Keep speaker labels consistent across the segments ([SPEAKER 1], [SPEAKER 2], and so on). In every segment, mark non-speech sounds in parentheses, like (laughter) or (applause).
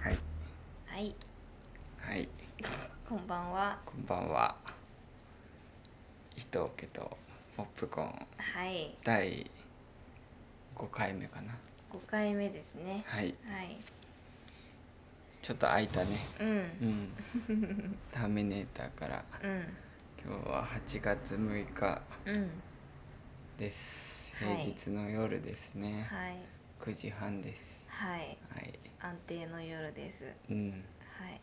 [SPEAKER 1] はい、
[SPEAKER 2] はい、
[SPEAKER 1] こんばんは。
[SPEAKER 2] こんばんは。伊藤家とポップコーン
[SPEAKER 1] はい、
[SPEAKER 2] 第5回目かな。
[SPEAKER 1] 5回目ですね。
[SPEAKER 2] はい、
[SPEAKER 1] はい。
[SPEAKER 2] ちょっと空いたね。
[SPEAKER 1] う。
[SPEAKER 2] うんん。 (laughs) ターミネーターから
[SPEAKER 1] うん。
[SPEAKER 2] 今日は8月6日
[SPEAKER 1] うん。
[SPEAKER 2] です。
[SPEAKER 1] は
[SPEAKER 2] 平
[SPEAKER 1] い
[SPEAKER 2] 日の夜ですね。
[SPEAKER 1] はい。
[SPEAKER 2] 9時半です。
[SPEAKER 1] はい。
[SPEAKER 2] はい。
[SPEAKER 1] 安定の夜です。
[SPEAKER 2] うん。
[SPEAKER 1] はい。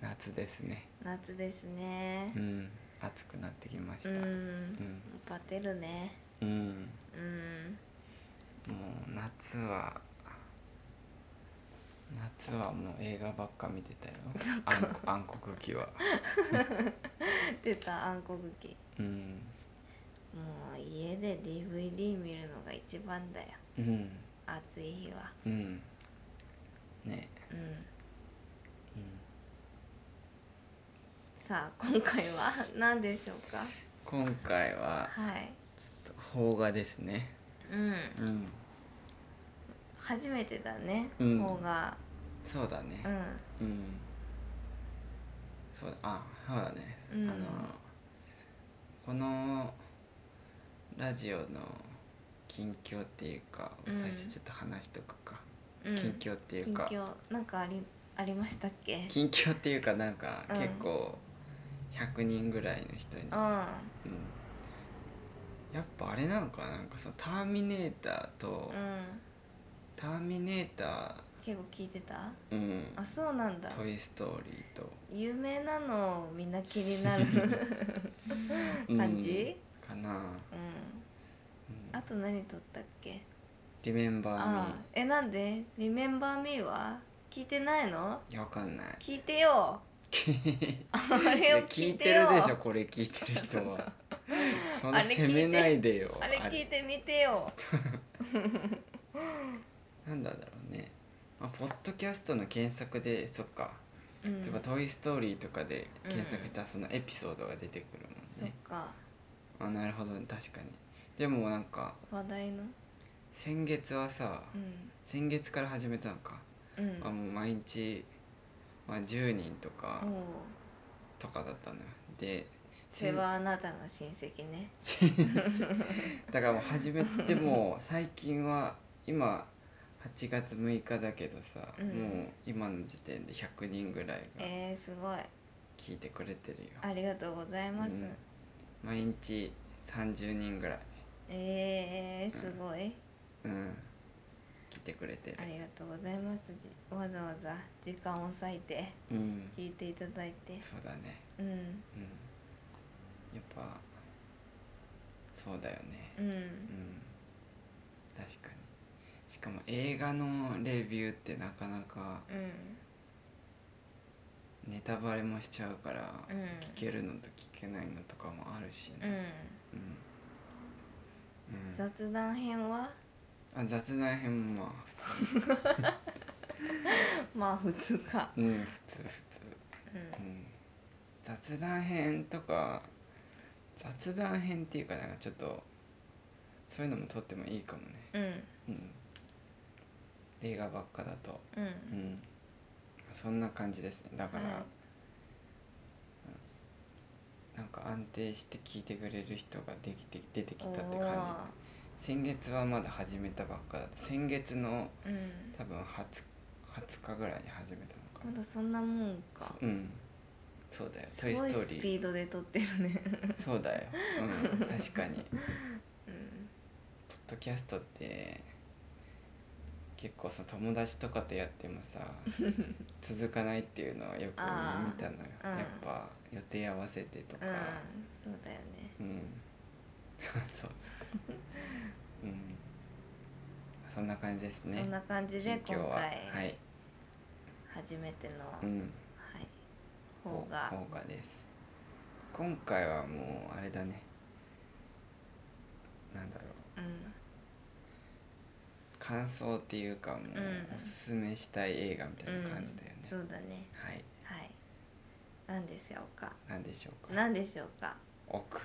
[SPEAKER 2] 夏ですね。
[SPEAKER 1] 夏ですね
[SPEAKER 2] う。ん。暑くなってきまし
[SPEAKER 1] う
[SPEAKER 2] た。
[SPEAKER 1] ん。
[SPEAKER 2] ん
[SPEAKER 1] バテるね。
[SPEAKER 2] うん。
[SPEAKER 1] うん。
[SPEAKER 2] もう夏は夏はもう映画ばっか見てたよ暗黒暗黒期は
[SPEAKER 1] 出た暗黒期。
[SPEAKER 2] うん
[SPEAKER 1] もう家で DVD 見るのが一番だよ。
[SPEAKER 2] うん
[SPEAKER 1] 暑い日は。
[SPEAKER 2] うんね
[SPEAKER 1] うん。
[SPEAKER 2] うん
[SPEAKER 1] さあ、今回は何でしょうか
[SPEAKER 2] 今回は
[SPEAKER 1] はい。
[SPEAKER 2] ちょっと邦画ですね
[SPEAKER 1] うん。
[SPEAKER 2] うん
[SPEAKER 1] 初めてだね。
[SPEAKER 2] うん
[SPEAKER 1] 方が。
[SPEAKER 2] そうだね
[SPEAKER 1] うん。
[SPEAKER 2] うん、そうだあそうだね、
[SPEAKER 1] うん
[SPEAKER 2] あのこのラジオの近況っていうか
[SPEAKER 1] うん
[SPEAKER 2] 最初ちょっと話しとくか、
[SPEAKER 1] うん
[SPEAKER 2] 近況っていうか
[SPEAKER 1] 近況なんかありありましたっけ
[SPEAKER 2] 近況っていうかなんか
[SPEAKER 1] うん
[SPEAKER 2] 結構100人ぐらいの人に、
[SPEAKER 1] うんう
[SPEAKER 2] うんやっぱあれなのかななんかその「ターミネーター」と
[SPEAKER 1] ん
[SPEAKER 2] 「ターミネータ
[SPEAKER 1] 結構聞いてた
[SPEAKER 2] ー」うん
[SPEAKER 1] あそうなんだ
[SPEAKER 2] トイ・ストーリー」と
[SPEAKER 1] 有名なのみんな気に
[SPEAKER 2] (laughs)
[SPEAKER 1] なる
[SPEAKER 2] うん
[SPEAKER 1] 感じ
[SPEAKER 2] かな、
[SPEAKER 1] うん
[SPEAKER 2] うん
[SPEAKER 1] あと何撮ったっけ
[SPEAKER 2] リメンバ
[SPEAKER 1] あえなんで「Remember Me」は聞いてないの
[SPEAKER 2] ーミー。わかんない。
[SPEAKER 1] 聞い
[SPEAKER 2] (laughs)
[SPEAKER 1] てよあ
[SPEAKER 2] い
[SPEAKER 1] れ
[SPEAKER 2] や
[SPEAKER 1] を聞
[SPEAKER 2] 聞
[SPEAKER 1] い
[SPEAKER 2] い
[SPEAKER 1] て
[SPEAKER 2] て
[SPEAKER 1] よ
[SPEAKER 2] るでしょ、これ聞いてる人
[SPEAKER 1] (laughs)
[SPEAKER 2] は。そんな
[SPEAKER 1] あれ聞いて
[SPEAKER 2] 責めないでよ。
[SPEAKER 1] あれ聞いてみてよ
[SPEAKER 2] なんだだろうね。まあ、ポッドキャストの検索で、そっか。
[SPEAKER 1] うん
[SPEAKER 2] 例えば、トイ・ストーリーとかで検索したらそのエピソードが出てくるもん
[SPEAKER 1] そっ
[SPEAKER 2] ね。
[SPEAKER 1] か
[SPEAKER 2] あ、なるほど、ね、確かに。でもなんか、
[SPEAKER 1] 話題の
[SPEAKER 2] 先月はさ、
[SPEAKER 1] うん
[SPEAKER 2] 先月から始めたのか。
[SPEAKER 1] うん
[SPEAKER 2] まあ、もう毎日、まあ、10人とか、
[SPEAKER 1] おう
[SPEAKER 2] とかだったのよ。で、
[SPEAKER 1] それはあなたの親戚ね
[SPEAKER 2] だからもう始めてもう最近は今8月6日だけどさ、
[SPEAKER 1] うん
[SPEAKER 2] もう今の時点で100人ぐらいが
[SPEAKER 1] えー、すごい
[SPEAKER 2] 聞いてくれてるよ、
[SPEAKER 1] ありがとうございます、
[SPEAKER 2] うん毎日30人ぐらい、
[SPEAKER 1] えー、すごい、
[SPEAKER 2] うん、聞いてくれてる
[SPEAKER 1] ありがとうございますじわざわざ時間を割いて
[SPEAKER 2] うん
[SPEAKER 1] 聞いていただいて
[SPEAKER 2] そうだね
[SPEAKER 1] うん
[SPEAKER 2] うんやっぱそうだよね
[SPEAKER 1] うん、
[SPEAKER 2] うん確かにしかも映画のレビューってなかなか
[SPEAKER 1] うん、
[SPEAKER 2] ネタバレもしちゃうから、
[SPEAKER 1] うん
[SPEAKER 2] 聞けるのと聞けないのとかもあるし
[SPEAKER 1] う
[SPEAKER 2] ね、
[SPEAKER 1] ん、
[SPEAKER 2] うんうん
[SPEAKER 1] 雑談編は
[SPEAKER 2] あ雑談編もまあ
[SPEAKER 1] まあ普通か
[SPEAKER 2] 普通うん普通普通、
[SPEAKER 1] うん
[SPEAKER 2] うん、雑談編とか雑談編っていうかなんかちょっとそういうのも撮ってもいいかもね
[SPEAKER 1] うん
[SPEAKER 2] うん映画ばっかだと
[SPEAKER 1] うん
[SPEAKER 2] うんそんな感じですねだから、
[SPEAKER 1] はい
[SPEAKER 2] うんなんか安定して聞いてくれる人ができて出てきた
[SPEAKER 1] お
[SPEAKER 2] って
[SPEAKER 1] ー
[SPEAKER 2] 感じ先月はまだ始めたばっかだった先月の
[SPEAKER 1] うん
[SPEAKER 2] 多分 20, 20日ぐらいに始めたのか
[SPEAKER 1] ま
[SPEAKER 2] な
[SPEAKER 1] だそんなもんか
[SPEAKER 2] うんそうだよ「ト
[SPEAKER 1] す
[SPEAKER 2] イ・
[SPEAKER 1] ご
[SPEAKER 2] ス
[SPEAKER 1] い
[SPEAKER 2] ト
[SPEAKER 1] ス
[SPEAKER 2] ー
[SPEAKER 1] ピ
[SPEAKER 2] リー
[SPEAKER 1] ードで撮ってるね」
[SPEAKER 2] そうだよ、うん、確かにポッ
[SPEAKER 1] うん
[SPEAKER 2] ドキャストって結構その友達とかとやっても
[SPEAKER 1] (laughs)
[SPEAKER 2] さ続かないっていうのはよく見
[SPEAKER 1] あー
[SPEAKER 2] たのよ、
[SPEAKER 1] うん
[SPEAKER 2] やっぱ予定合わせてと
[SPEAKER 1] う
[SPEAKER 2] か、
[SPEAKER 1] んそうだよね
[SPEAKER 2] うん、そうそうそう。うん。そんな感じですね。
[SPEAKER 1] そんな感じで
[SPEAKER 2] 近
[SPEAKER 1] 今
[SPEAKER 2] 況はは
[SPEAKER 1] 回
[SPEAKER 2] い。
[SPEAKER 1] 初めての、
[SPEAKER 2] う
[SPEAKER 1] はい
[SPEAKER 2] ん。
[SPEAKER 1] 方が
[SPEAKER 2] ほうがです。今回はもうあれだね。なんだろう。
[SPEAKER 1] うん
[SPEAKER 2] 感想っていうかもう
[SPEAKER 1] うん
[SPEAKER 2] おすすめしたい映画みたいな感じだよね。
[SPEAKER 1] うん、そうだね
[SPEAKER 2] はい。
[SPEAKER 1] はい何でしょうか
[SPEAKER 2] なんでしょうか。
[SPEAKER 1] 何でしょうか
[SPEAKER 2] 奥。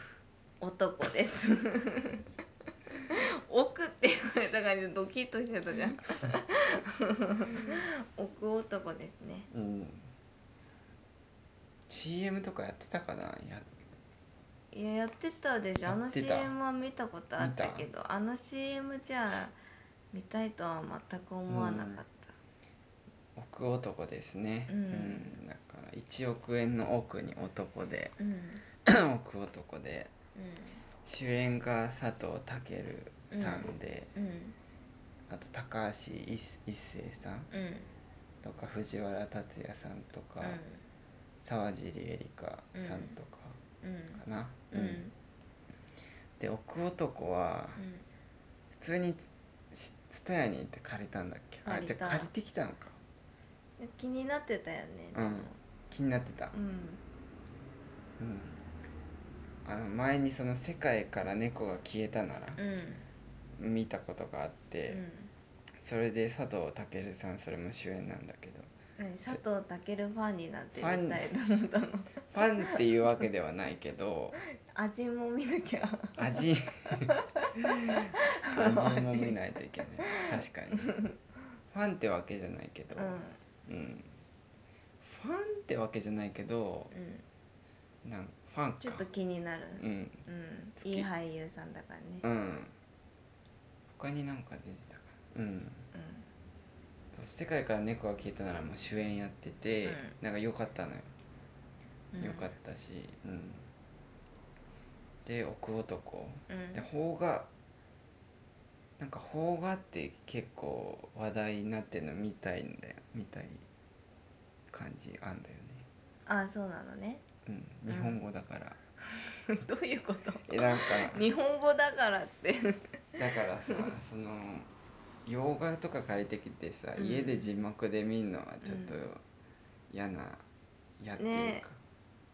[SPEAKER 1] 男です (laughs) 奥って言われた感じでド
[SPEAKER 2] (laughs)
[SPEAKER 1] キッとしてたじゃん奥男ですね
[SPEAKER 2] うん。 CM とかやってたかなや
[SPEAKER 1] いややってたでしょあの
[SPEAKER 2] やってた
[SPEAKER 1] CM は見たことあったけ
[SPEAKER 2] 見
[SPEAKER 1] どあの CM じゃあ見たいとは全く思わなかった、
[SPEAKER 2] 億男ですね、
[SPEAKER 1] うん
[SPEAKER 2] だから1億円の奥に男で (clears throat)
[SPEAKER 1] うんうん
[SPEAKER 2] 億男で主演が佐藤健さんで、
[SPEAKER 1] うん
[SPEAKER 2] あと高橋一一生さん
[SPEAKER 1] うん
[SPEAKER 2] とか藤原竜也さんとか、沢尻エリカさんとか
[SPEAKER 1] うんうん
[SPEAKER 2] かな、
[SPEAKER 1] うん
[SPEAKER 2] うんで億男は
[SPEAKER 1] うん
[SPEAKER 2] 普通につ蔦屋に行って借りたんだっけあ
[SPEAKER 1] 借り
[SPEAKER 2] じ
[SPEAKER 1] た
[SPEAKER 2] ゃあ借りてきたのか
[SPEAKER 1] 気になってたよねでも
[SPEAKER 2] 気になってた、
[SPEAKER 1] うん
[SPEAKER 2] うんあの前にその「世界から猫が消えたなら
[SPEAKER 1] うん」
[SPEAKER 2] 見たことがあって、それで佐藤健さんそれも主演なんだけど
[SPEAKER 1] うん何佐藤健ファンになってみ
[SPEAKER 2] ファン
[SPEAKER 1] たいと思ったの
[SPEAKER 2] ファンっていうわけではないけど
[SPEAKER 1] 味も見なきゃ
[SPEAKER 2] 味味も見ないといけない確かにファンってわけじゃないけど、
[SPEAKER 1] うん
[SPEAKER 2] うんファンってわけじゃないけど
[SPEAKER 1] うん
[SPEAKER 2] なんファンか
[SPEAKER 1] ちょっと気になる
[SPEAKER 2] うん
[SPEAKER 1] うん
[SPEAKER 2] 好き
[SPEAKER 1] いい俳優さんだからね
[SPEAKER 2] うん他になんか出てたかなうん
[SPEAKER 1] う
[SPEAKER 2] そう世界から猫が消えたならもう主演やってて、
[SPEAKER 1] うん
[SPEAKER 2] なんか良かったのよ
[SPEAKER 1] ん
[SPEAKER 2] 良かったし、うん、で奥男、
[SPEAKER 1] うん
[SPEAKER 2] で邦画なんか邦画って結構話題になってるの見たいんだよ見たい感じあんだよ
[SPEAKER 1] あそうなのね
[SPEAKER 2] ね、うん、日本語だから、
[SPEAKER 1] (laughs) どういうこと
[SPEAKER 2] えなんか
[SPEAKER 1] (laughs) 日本語だからって (laughs)
[SPEAKER 2] だからさその洋画とか借りてきてさ、
[SPEAKER 1] うん
[SPEAKER 2] 家で字幕で見るのはちょっと
[SPEAKER 1] うん
[SPEAKER 2] 嫌な、嫌っていうか、
[SPEAKER 1] ね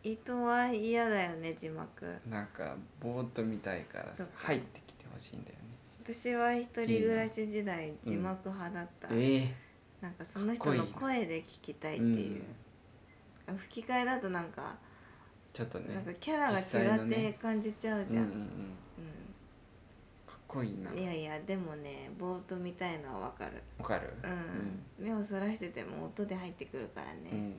[SPEAKER 1] 伊藤は嫌だよね字幕
[SPEAKER 2] なんかぼーっと見たいから
[SPEAKER 1] そ
[SPEAKER 2] さ
[SPEAKER 1] っか
[SPEAKER 2] 入ってきてほしいんだよね
[SPEAKER 1] 私は一人暮らし時代字幕派だった、
[SPEAKER 2] え
[SPEAKER 1] なんかその人の
[SPEAKER 2] かっこ
[SPEAKER 1] 声で聞きた
[SPEAKER 2] え
[SPEAKER 1] いって
[SPEAKER 2] うん
[SPEAKER 1] いう、吹き替えだとなんか、
[SPEAKER 2] ちょっとね
[SPEAKER 1] なんかキャラが違って感じちゃうじゃん、
[SPEAKER 2] うんうんうん、かっこいいな
[SPEAKER 1] うんいやいやでもねぼーっと見たいのはわかる
[SPEAKER 2] わかる
[SPEAKER 1] うん、目をそらしてても音で入ってくるから
[SPEAKER 2] うん
[SPEAKER 1] ね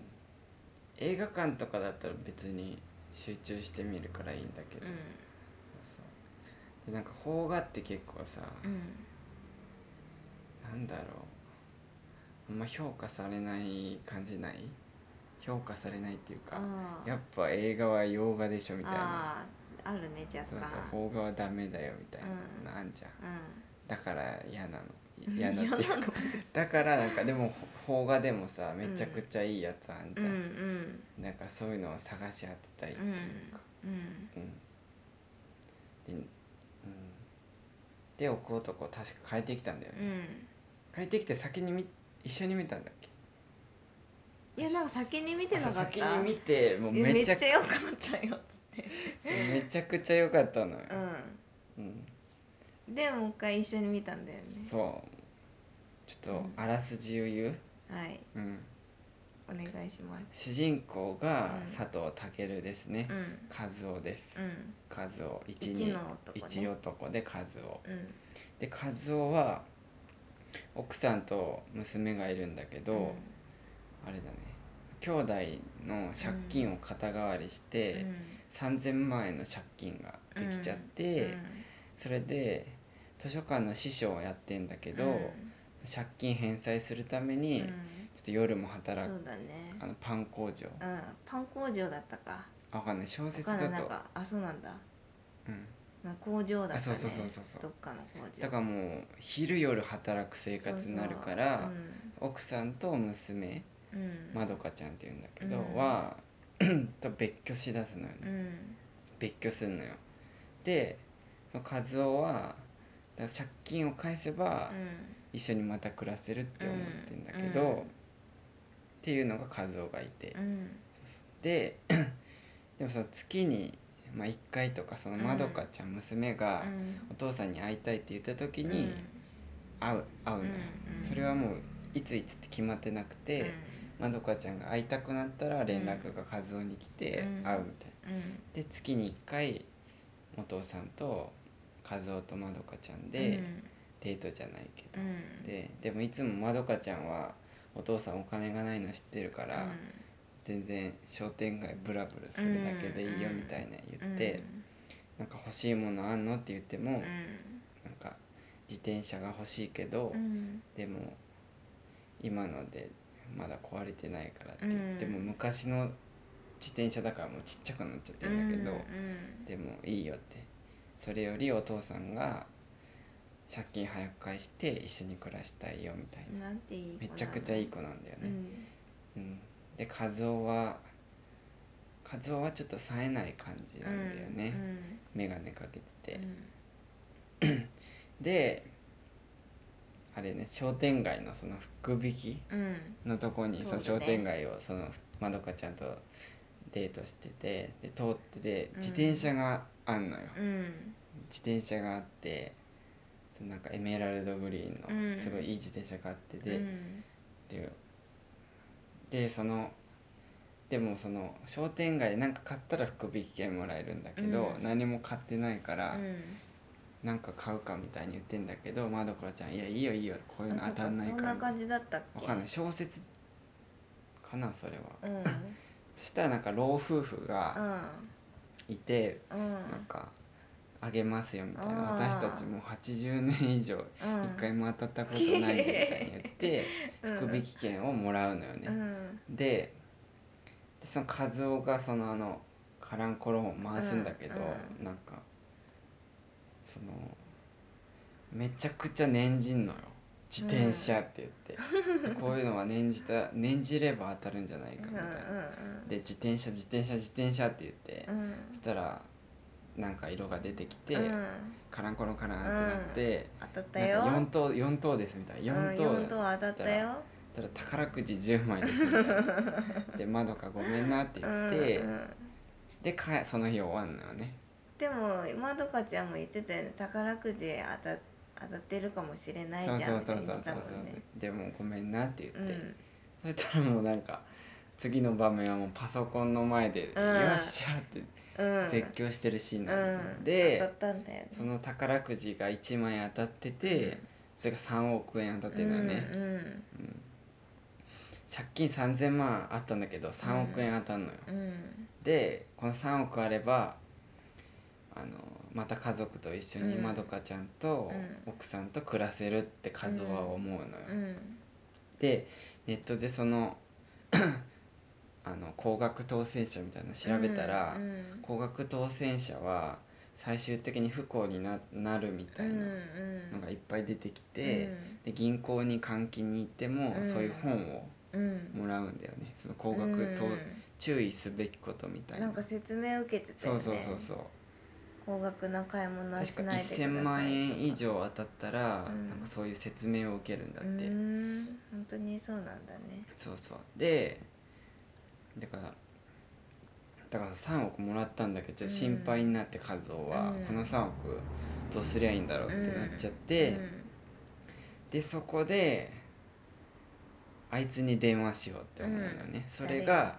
[SPEAKER 2] 映画館とかだったら別に集中して見るからいいんだけど、そうでなんか邦画って結構さ、
[SPEAKER 1] うん
[SPEAKER 2] なんだろうあんま評価されない感じない評価されないっていうか
[SPEAKER 1] あー
[SPEAKER 2] やっぱ映画は洋画でしょみたいな
[SPEAKER 1] ああーあるね
[SPEAKER 2] そ
[SPEAKER 1] 若
[SPEAKER 2] う
[SPEAKER 1] 干
[SPEAKER 2] そう邦画はダメだよみたいな、
[SPEAKER 1] うん
[SPEAKER 2] のあんじゃん
[SPEAKER 1] う
[SPEAKER 2] だから嫌なの
[SPEAKER 1] ん
[SPEAKER 2] 嫌なっていう
[SPEAKER 1] (laughs) 嫌な
[SPEAKER 2] かだからなんかでも邦画でもさめちゃくちゃいいやつあんじ
[SPEAKER 1] ん
[SPEAKER 2] ゃ、
[SPEAKER 1] うんん
[SPEAKER 2] だからそういうのを探し当てたいって
[SPEAKER 1] う
[SPEAKER 2] い
[SPEAKER 1] んうん
[SPEAKER 2] うか
[SPEAKER 1] うん
[SPEAKER 2] うん、で,、うん、で奥男確か借りてきたんだよね、借りてきて先にみ一緒に見たんだっけ
[SPEAKER 1] いやなんか先に見てなかった
[SPEAKER 2] 先に見てもう
[SPEAKER 1] えめ
[SPEAKER 2] め
[SPEAKER 1] っ
[SPEAKER 2] ちゃ
[SPEAKER 1] ちゃ良かったよ
[SPEAKER 2] めちゃくちゃ良かったのよ、
[SPEAKER 1] う
[SPEAKER 2] うん
[SPEAKER 1] んでもう一回一緒に見たんだよね
[SPEAKER 2] そうちょっとあらすじを言う、
[SPEAKER 1] はい
[SPEAKER 2] うん、
[SPEAKER 1] お願いします
[SPEAKER 2] 主人公が
[SPEAKER 1] うん
[SPEAKER 2] 佐藤健ですね、
[SPEAKER 1] うん
[SPEAKER 2] 和夫です、
[SPEAKER 1] うん
[SPEAKER 2] 和夫一
[SPEAKER 1] 一
[SPEAKER 2] に
[SPEAKER 1] の男ね
[SPEAKER 2] 一男で和夫
[SPEAKER 1] うん
[SPEAKER 2] で和夫は奥さんと娘がいるんだけど、
[SPEAKER 1] うん
[SPEAKER 2] あれだね兄弟の借金を肩代わりして、3,000万円の借金ができちゃって、それで図書館の師匠をやってんだけ
[SPEAKER 1] け
[SPEAKER 2] ど、借金返済するために、
[SPEAKER 1] うん
[SPEAKER 2] ちょっと夜も働
[SPEAKER 1] そ
[SPEAKER 2] く
[SPEAKER 1] うだね
[SPEAKER 2] あのパン工場、
[SPEAKER 1] うんパン工場だったか
[SPEAKER 2] あわかんない小
[SPEAKER 1] わ
[SPEAKER 2] 説
[SPEAKER 1] か
[SPEAKER 2] だと
[SPEAKER 1] んないなんかあそうなんだ
[SPEAKER 2] うん、
[SPEAKER 1] なんか工場だ
[SPEAKER 2] あ
[SPEAKER 1] った
[SPEAKER 2] そう
[SPEAKER 1] ね
[SPEAKER 2] そうそうそうそう
[SPEAKER 1] どっかの工場
[SPEAKER 2] だからもう昼夜働く生活になるから
[SPEAKER 1] そう
[SPEAKER 2] 奥さんと娘
[SPEAKER 1] そううんうん
[SPEAKER 2] まどかちゃんっていうんだけど、
[SPEAKER 1] うん
[SPEAKER 2] は (clears throat) と別居しだすのよね、
[SPEAKER 1] うん
[SPEAKER 2] 別居するのよでその和夫はだから借金を返せば
[SPEAKER 1] う
[SPEAKER 2] 一緒にまた暮らせるって思ってんだけど、
[SPEAKER 1] うんうん
[SPEAKER 2] っていうのが和夫がいて、
[SPEAKER 1] んうん
[SPEAKER 2] で (clears throat) でもその月に、まあ、1回とかそのまどかちゃん、娘がお父さんに会いたいって言った時に会う会うのよ、
[SPEAKER 1] うんうん
[SPEAKER 2] それはもういついつって決まってなくて、まどかちゃんが会いたくなったら連絡が和夫に来て会うみ
[SPEAKER 1] うん
[SPEAKER 2] たいな。
[SPEAKER 1] うんうん
[SPEAKER 2] で月に1回お父さんと和夫とまどかちゃんで、デートじゃないけ
[SPEAKER 1] う
[SPEAKER 2] ど、
[SPEAKER 1] ん
[SPEAKER 2] ででもいつもまどかちゃんはお父さんお金がないの知ってるか
[SPEAKER 1] う
[SPEAKER 2] ら、
[SPEAKER 1] ん
[SPEAKER 2] 全然商店街ブラブラするだけでいいよみたいな言って、なんか欲しいものあんのって言っても、
[SPEAKER 1] うん
[SPEAKER 2] なんか自転車が欲しいけど、
[SPEAKER 1] うん
[SPEAKER 2] でも今のでまだ壊れてないからって言っても、
[SPEAKER 1] うん
[SPEAKER 2] 昔の自転車だからもうちっちゃくなっちゃってるんだけど、
[SPEAKER 1] うん
[SPEAKER 2] でもいいよってそれよりお父さんが借金早く返して一緒に暮らしたいよみたい
[SPEAKER 1] うん
[SPEAKER 2] な
[SPEAKER 1] なんていい子なんだ
[SPEAKER 2] めちゃくちゃいい子なんだよ
[SPEAKER 1] う
[SPEAKER 2] ね、
[SPEAKER 1] ん
[SPEAKER 2] うんで和夫は和夫はちょっと冴えない感じなんだよね、眼鏡かけてて、であれね商店街のその福引き
[SPEAKER 1] うんうん
[SPEAKER 2] のとこに
[SPEAKER 1] 通る
[SPEAKER 2] その
[SPEAKER 1] ね
[SPEAKER 2] 商店街をそのまどかちゃんとデートしててで通ってて
[SPEAKER 1] うん
[SPEAKER 2] 自転車があんのよ、
[SPEAKER 1] うん
[SPEAKER 2] 自転車があってそのなんかエメラルドグリーン
[SPEAKER 1] うん
[SPEAKER 2] のすごいいい自転車があって
[SPEAKER 1] う
[SPEAKER 2] で、
[SPEAKER 1] ん
[SPEAKER 2] ででそのでもその商店街で何か買ったら福引き券もらえるんだけど、
[SPEAKER 1] うん
[SPEAKER 2] 何も買ってないから、
[SPEAKER 1] うん
[SPEAKER 2] なんか買うかみたいに言ってんだけどまどかちゃん「いやいいよいいよこういうの
[SPEAKER 1] あ
[SPEAKER 2] 当
[SPEAKER 1] そう
[SPEAKER 2] た
[SPEAKER 1] か
[SPEAKER 2] んない
[SPEAKER 1] そん
[SPEAKER 2] から」
[SPEAKER 1] な
[SPEAKER 2] みたい
[SPEAKER 1] 感じだったっ
[SPEAKER 2] な
[SPEAKER 1] け
[SPEAKER 2] わかんない小説かなそれは、
[SPEAKER 1] うん
[SPEAKER 2] そしたらなんか老夫婦がいて、
[SPEAKER 1] うんうん
[SPEAKER 2] なんかあげますよみたいな
[SPEAKER 1] あー
[SPEAKER 2] 私たちもう80年以上
[SPEAKER 1] うん
[SPEAKER 2] 一回も当たったことないみたいに言って
[SPEAKER 1] うん
[SPEAKER 2] 福引き券をもらうのよね、
[SPEAKER 1] うん
[SPEAKER 2] ででその和夫がそのあのカランコロンを回すんだけど、
[SPEAKER 1] うんうん
[SPEAKER 2] なんかそのめちゃくちゃ念じんのよ自転車って言って、でこういうのは念じた念じれば当たるんじゃないかみたいな、
[SPEAKER 1] うん
[SPEAKER 2] で自転車自転車自転車って言って、
[SPEAKER 1] うんうん
[SPEAKER 2] そしたらなんか色が出てきて、
[SPEAKER 1] うん
[SPEAKER 2] カランコロンカランってなって、
[SPEAKER 1] 当たった
[SPEAKER 2] な
[SPEAKER 1] よ
[SPEAKER 2] んか4等四等ですみたいな
[SPEAKER 1] う
[SPEAKER 2] 4
[SPEAKER 1] ん
[SPEAKER 2] 等だ
[SPEAKER 1] 四等当たったよ
[SPEAKER 2] ただ宝くじ10枚ですみ
[SPEAKER 1] (laughs)
[SPEAKER 2] たいなで「まどかごめんな」って言って、
[SPEAKER 1] うんうん
[SPEAKER 2] でかその日終わんのよね
[SPEAKER 1] でもまどかちゃんも言ってたよね宝くじ当た当たってるかもしれない
[SPEAKER 2] そう
[SPEAKER 1] じゃ
[SPEAKER 2] そ
[SPEAKER 1] ん
[SPEAKER 2] う
[SPEAKER 1] みた
[SPEAKER 2] そ
[SPEAKER 1] いう
[SPEAKER 2] そう
[SPEAKER 1] に言って
[SPEAKER 2] そう
[SPEAKER 1] たもんね
[SPEAKER 2] でも「ごめんな」って
[SPEAKER 1] う
[SPEAKER 2] 言って、
[SPEAKER 1] ん
[SPEAKER 2] そしたらもうなんか次の場面はもうパソコンの前で「
[SPEAKER 1] うん
[SPEAKER 2] よっしゃ!」って
[SPEAKER 1] うん
[SPEAKER 2] 絶叫してるシーンなのね、
[SPEAKER 1] うん当た
[SPEAKER 2] で
[SPEAKER 1] ったんだよね
[SPEAKER 2] その宝くじが1枚当たってて、
[SPEAKER 1] うん
[SPEAKER 2] それが3億円当たってるのよね、
[SPEAKER 1] うん
[SPEAKER 2] 借金3000万あったんだけど3億円当たんのよ、
[SPEAKER 1] うんうん
[SPEAKER 2] でこの3億あればあのまた家族と一緒に
[SPEAKER 1] うん
[SPEAKER 2] まどかちゃんと
[SPEAKER 1] うん
[SPEAKER 2] 奥さんと暮らせるって和夫は思うのよ、
[SPEAKER 1] うん
[SPEAKER 2] でネットでその (clears throat) あの高額当選者みたいなの調べたら、
[SPEAKER 1] うんうん
[SPEAKER 2] 高額当選者は最終的に不幸にななるみたいなのがいっぱい出てきて、で銀行に換金に行っても、
[SPEAKER 1] うん
[SPEAKER 2] そういう本を
[SPEAKER 1] うんうん
[SPEAKER 2] もらうんだよねその高額当、
[SPEAKER 1] うん
[SPEAKER 2] 注意すべきことみたいな
[SPEAKER 1] なんか説明受けてた
[SPEAKER 2] そ
[SPEAKER 1] よ
[SPEAKER 2] う
[SPEAKER 1] ね
[SPEAKER 2] そうそうそう
[SPEAKER 1] 高額な買い物はし
[SPEAKER 2] 確か
[SPEAKER 1] ないでください
[SPEAKER 2] 1000万円以上当たったら、
[SPEAKER 1] うん
[SPEAKER 2] なんかそういう説明を受けるんだ
[SPEAKER 1] だ
[SPEAKER 2] っ、
[SPEAKER 1] っててうん本当にそうなんだね
[SPEAKER 2] そうそうでだからだから3億もらったんだけどちょっと心配になって和夫は、
[SPEAKER 1] うん
[SPEAKER 2] この3億どうすりゃいいんだろうってなっちゃって、
[SPEAKER 1] うん
[SPEAKER 2] でそこであいつに電話しようって思うのよね、
[SPEAKER 1] うん
[SPEAKER 2] それが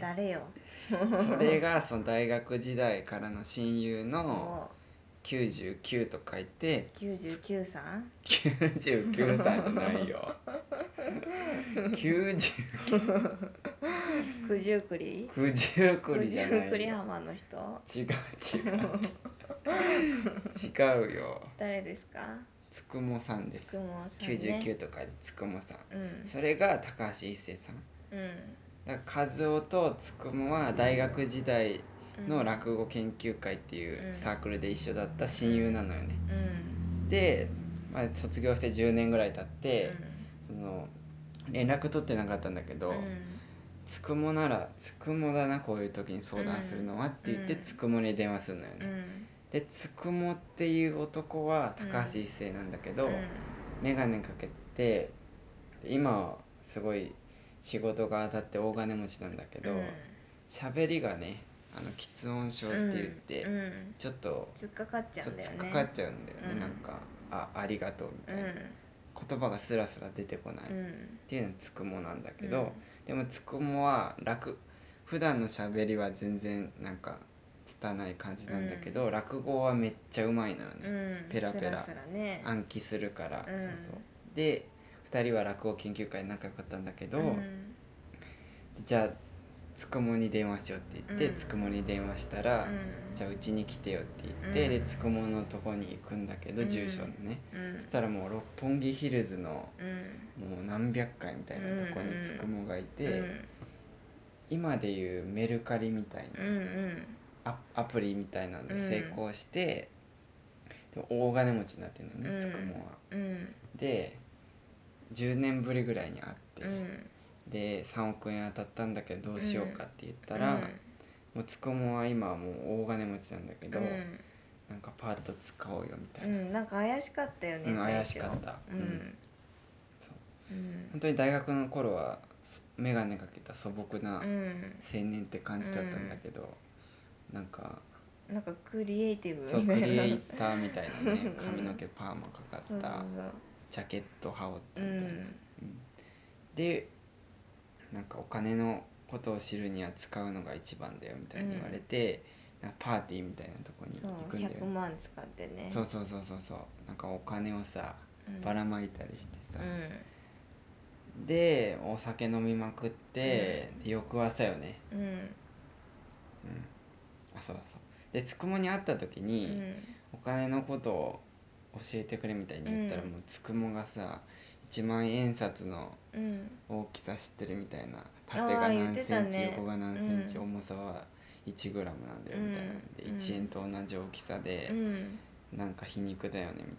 [SPEAKER 1] 誰よ
[SPEAKER 2] それがその大学時代からの親友
[SPEAKER 1] (laughs)
[SPEAKER 2] の
[SPEAKER 1] も
[SPEAKER 2] 99と書いて
[SPEAKER 1] う99さん
[SPEAKER 2] 99歳じゃないよ90
[SPEAKER 1] 九十九里
[SPEAKER 2] 九十九里
[SPEAKER 1] 九
[SPEAKER 2] じゃ
[SPEAKER 1] 十
[SPEAKER 2] な
[SPEAKER 1] 九
[SPEAKER 2] い
[SPEAKER 1] 里
[SPEAKER 2] よ
[SPEAKER 1] 浜の人
[SPEAKER 2] 違う違う違うよ
[SPEAKER 1] 誰ですか
[SPEAKER 2] つくもさんで
[SPEAKER 1] つく
[SPEAKER 2] す
[SPEAKER 1] もさんね
[SPEAKER 2] 99とかでつくもさん
[SPEAKER 1] うん
[SPEAKER 2] それが高橋一生さん
[SPEAKER 1] うん
[SPEAKER 2] だから和夫とつくもは大学時代の落語研究会っていうサークルで一緒だった親友なのよね
[SPEAKER 1] うん
[SPEAKER 2] で、まあ、卒業して10年ぐらい経っ
[SPEAKER 1] う
[SPEAKER 2] て、そ
[SPEAKER 1] ん
[SPEAKER 2] の連絡取ってなかったんだけど、
[SPEAKER 1] うん
[SPEAKER 2] つくもならつくもだなこういう時に相談するのはって言って、
[SPEAKER 1] うん
[SPEAKER 2] つくもに電話するのよね、
[SPEAKER 1] うん
[SPEAKER 2] でつくもっていう男は高橋一生なんだけど、眼鏡かけててで今はすごい仕事が当たって大金持ちなんだけど
[SPEAKER 1] うん
[SPEAKER 2] 喋、りがねあの喫音症って言って、
[SPEAKER 1] うんうん
[SPEAKER 2] ちょっと
[SPEAKER 1] 突っかかっちゃ
[SPEAKER 2] ち
[SPEAKER 1] う
[SPEAKER 2] ょっ
[SPEAKER 1] ん
[SPEAKER 2] と
[SPEAKER 1] だよ
[SPEAKER 2] 突
[SPEAKER 1] ね
[SPEAKER 2] っかかっちゃうんだよね、
[SPEAKER 1] うん
[SPEAKER 2] なんかあありがとうみたいな、
[SPEAKER 1] う
[SPEAKER 2] 言葉がスラスラ出てこない、
[SPEAKER 1] んう
[SPEAKER 2] っ
[SPEAKER 1] ん
[SPEAKER 2] ていうのはつくもなんだけ
[SPEAKER 1] う
[SPEAKER 2] ど
[SPEAKER 1] ん、
[SPEAKER 2] でもつくもは楽普段のしゃべりは全然なんか拙い感じなんだけど、落語はめっちゃうまいのよね、
[SPEAKER 1] うん
[SPEAKER 2] ペラペラ
[SPEAKER 1] スラスラね
[SPEAKER 2] 暗記するから、
[SPEAKER 1] うん
[SPEAKER 2] そうそうで2人は落語研究会で仲良かったんだけど、
[SPEAKER 1] うん
[SPEAKER 2] じゃあつくもに電話しようって言って、
[SPEAKER 1] うん
[SPEAKER 2] つくもに電話したら、
[SPEAKER 1] うん
[SPEAKER 2] じゃあうちに来てよって言って、
[SPEAKER 1] う
[SPEAKER 2] で
[SPEAKER 1] ん
[SPEAKER 2] つくものとこに行くんだけど、
[SPEAKER 1] うん
[SPEAKER 2] 住所のね、
[SPEAKER 1] うん
[SPEAKER 2] そしたらもう六本木ヒルズの
[SPEAKER 1] うん
[SPEAKER 2] もう何百回みたいなとこにつくもがいて、
[SPEAKER 1] うん
[SPEAKER 2] 今でいうメルカリみたいな、
[SPEAKER 1] うんうん
[SPEAKER 2] アアプリみたいなので
[SPEAKER 1] うん
[SPEAKER 2] 成功して、でも大金持ちになってるのね、
[SPEAKER 1] うん
[SPEAKER 2] つくもは。
[SPEAKER 1] うん
[SPEAKER 2] で10年ぶりぐらいに会って、
[SPEAKER 1] うん
[SPEAKER 2] で3億円当たったんだけどどうしようかって言ったら、
[SPEAKER 1] うん
[SPEAKER 2] もうつくもは今はもう大金持ちなんだけど、
[SPEAKER 1] うん
[SPEAKER 2] なんかパート使おうよみた
[SPEAKER 1] う
[SPEAKER 2] いな、
[SPEAKER 1] ん、なんか怪しかったよね、
[SPEAKER 2] うん
[SPEAKER 1] 最初
[SPEAKER 2] 怪しかった
[SPEAKER 1] う
[SPEAKER 2] うん
[SPEAKER 1] ん
[SPEAKER 2] そう
[SPEAKER 1] うん
[SPEAKER 2] 本当に大学の頃はそ眼鏡かけた素朴な
[SPEAKER 1] う
[SPEAKER 2] 青
[SPEAKER 1] ん
[SPEAKER 2] 年って感じだったんだけど、なんか
[SPEAKER 1] なんかクリエイティブみた
[SPEAKER 2] そう
[SPEAKER 1] い
[SPEAKER 2] ク
[SPEAKER 1] な
[SPEAKER 2] リエイターみたいなね
[SPEAKER 1] うん
[SPEAKER 2] 髪の毛パーマかかった、
[SPEAKER 1] そうそうそう
[SPEAKER 2] ジャケット羽織った
[SPEAKER 1] う
[SPEAKER 2] みたいな、
[SPEAKER 1] ん
[SPEAKER 2] うんでなんかお金のことを知るには使うのが一番だよみたいに言われて、なんかパーティーみたいなとこに
[SPEAKER 1] そう
[SPEAKER 2] 行くんだよ
[SPEAKER 1] 100万使ってね
[SPEAKER 2] そうそうそうそうそうなんかお金をさ
[SPEAKER 1] うん
[SPEAKER 2] ばらまいたりしてさ、
[SPEAKER 1] う
[SPEAKER 2] でお酒飲みまくって、で翌朝よね
[SPEAKER 1] んうん
[SPEAKER 2] うんあそうそうでつくもに会った時
[SPEAKER 1] う
[SPEAKER 2] に、
[SPEAKER 1] ん
[SPEAKER 2] お金のことを教えてくれみたいに言ったら、
[SPEAKER 1] うん
[SPEAKER 2] もうつくもがさ1万円札の
[SPEAKER 1] うん
[SPEAKER 2] 大きさ知ってるみたいな
[SPEAKER 1] あ
[SPEAKER 2] 縦が
[SPEAKER 1] ー
[SPEAKER 2] 何
[SPEAKER 1] 言って
[SPEAKER 2] セ
[SPEAKER 1] た
[SPEAKER 2] ンチ、
[SPEAKER 1] ね
[SPEAKER 2] 横が何センチ、
[SPEAKER 1] うん
[SPEAKER 2] 重さは 1g なんだよみたいなんで、
[SPEAKER 1] うん
[SPEAKER 2] 1円と同じ大きさで
[SPEAKER 1] う、ん
[SPEAKER 2] なんか皮肉だよねみ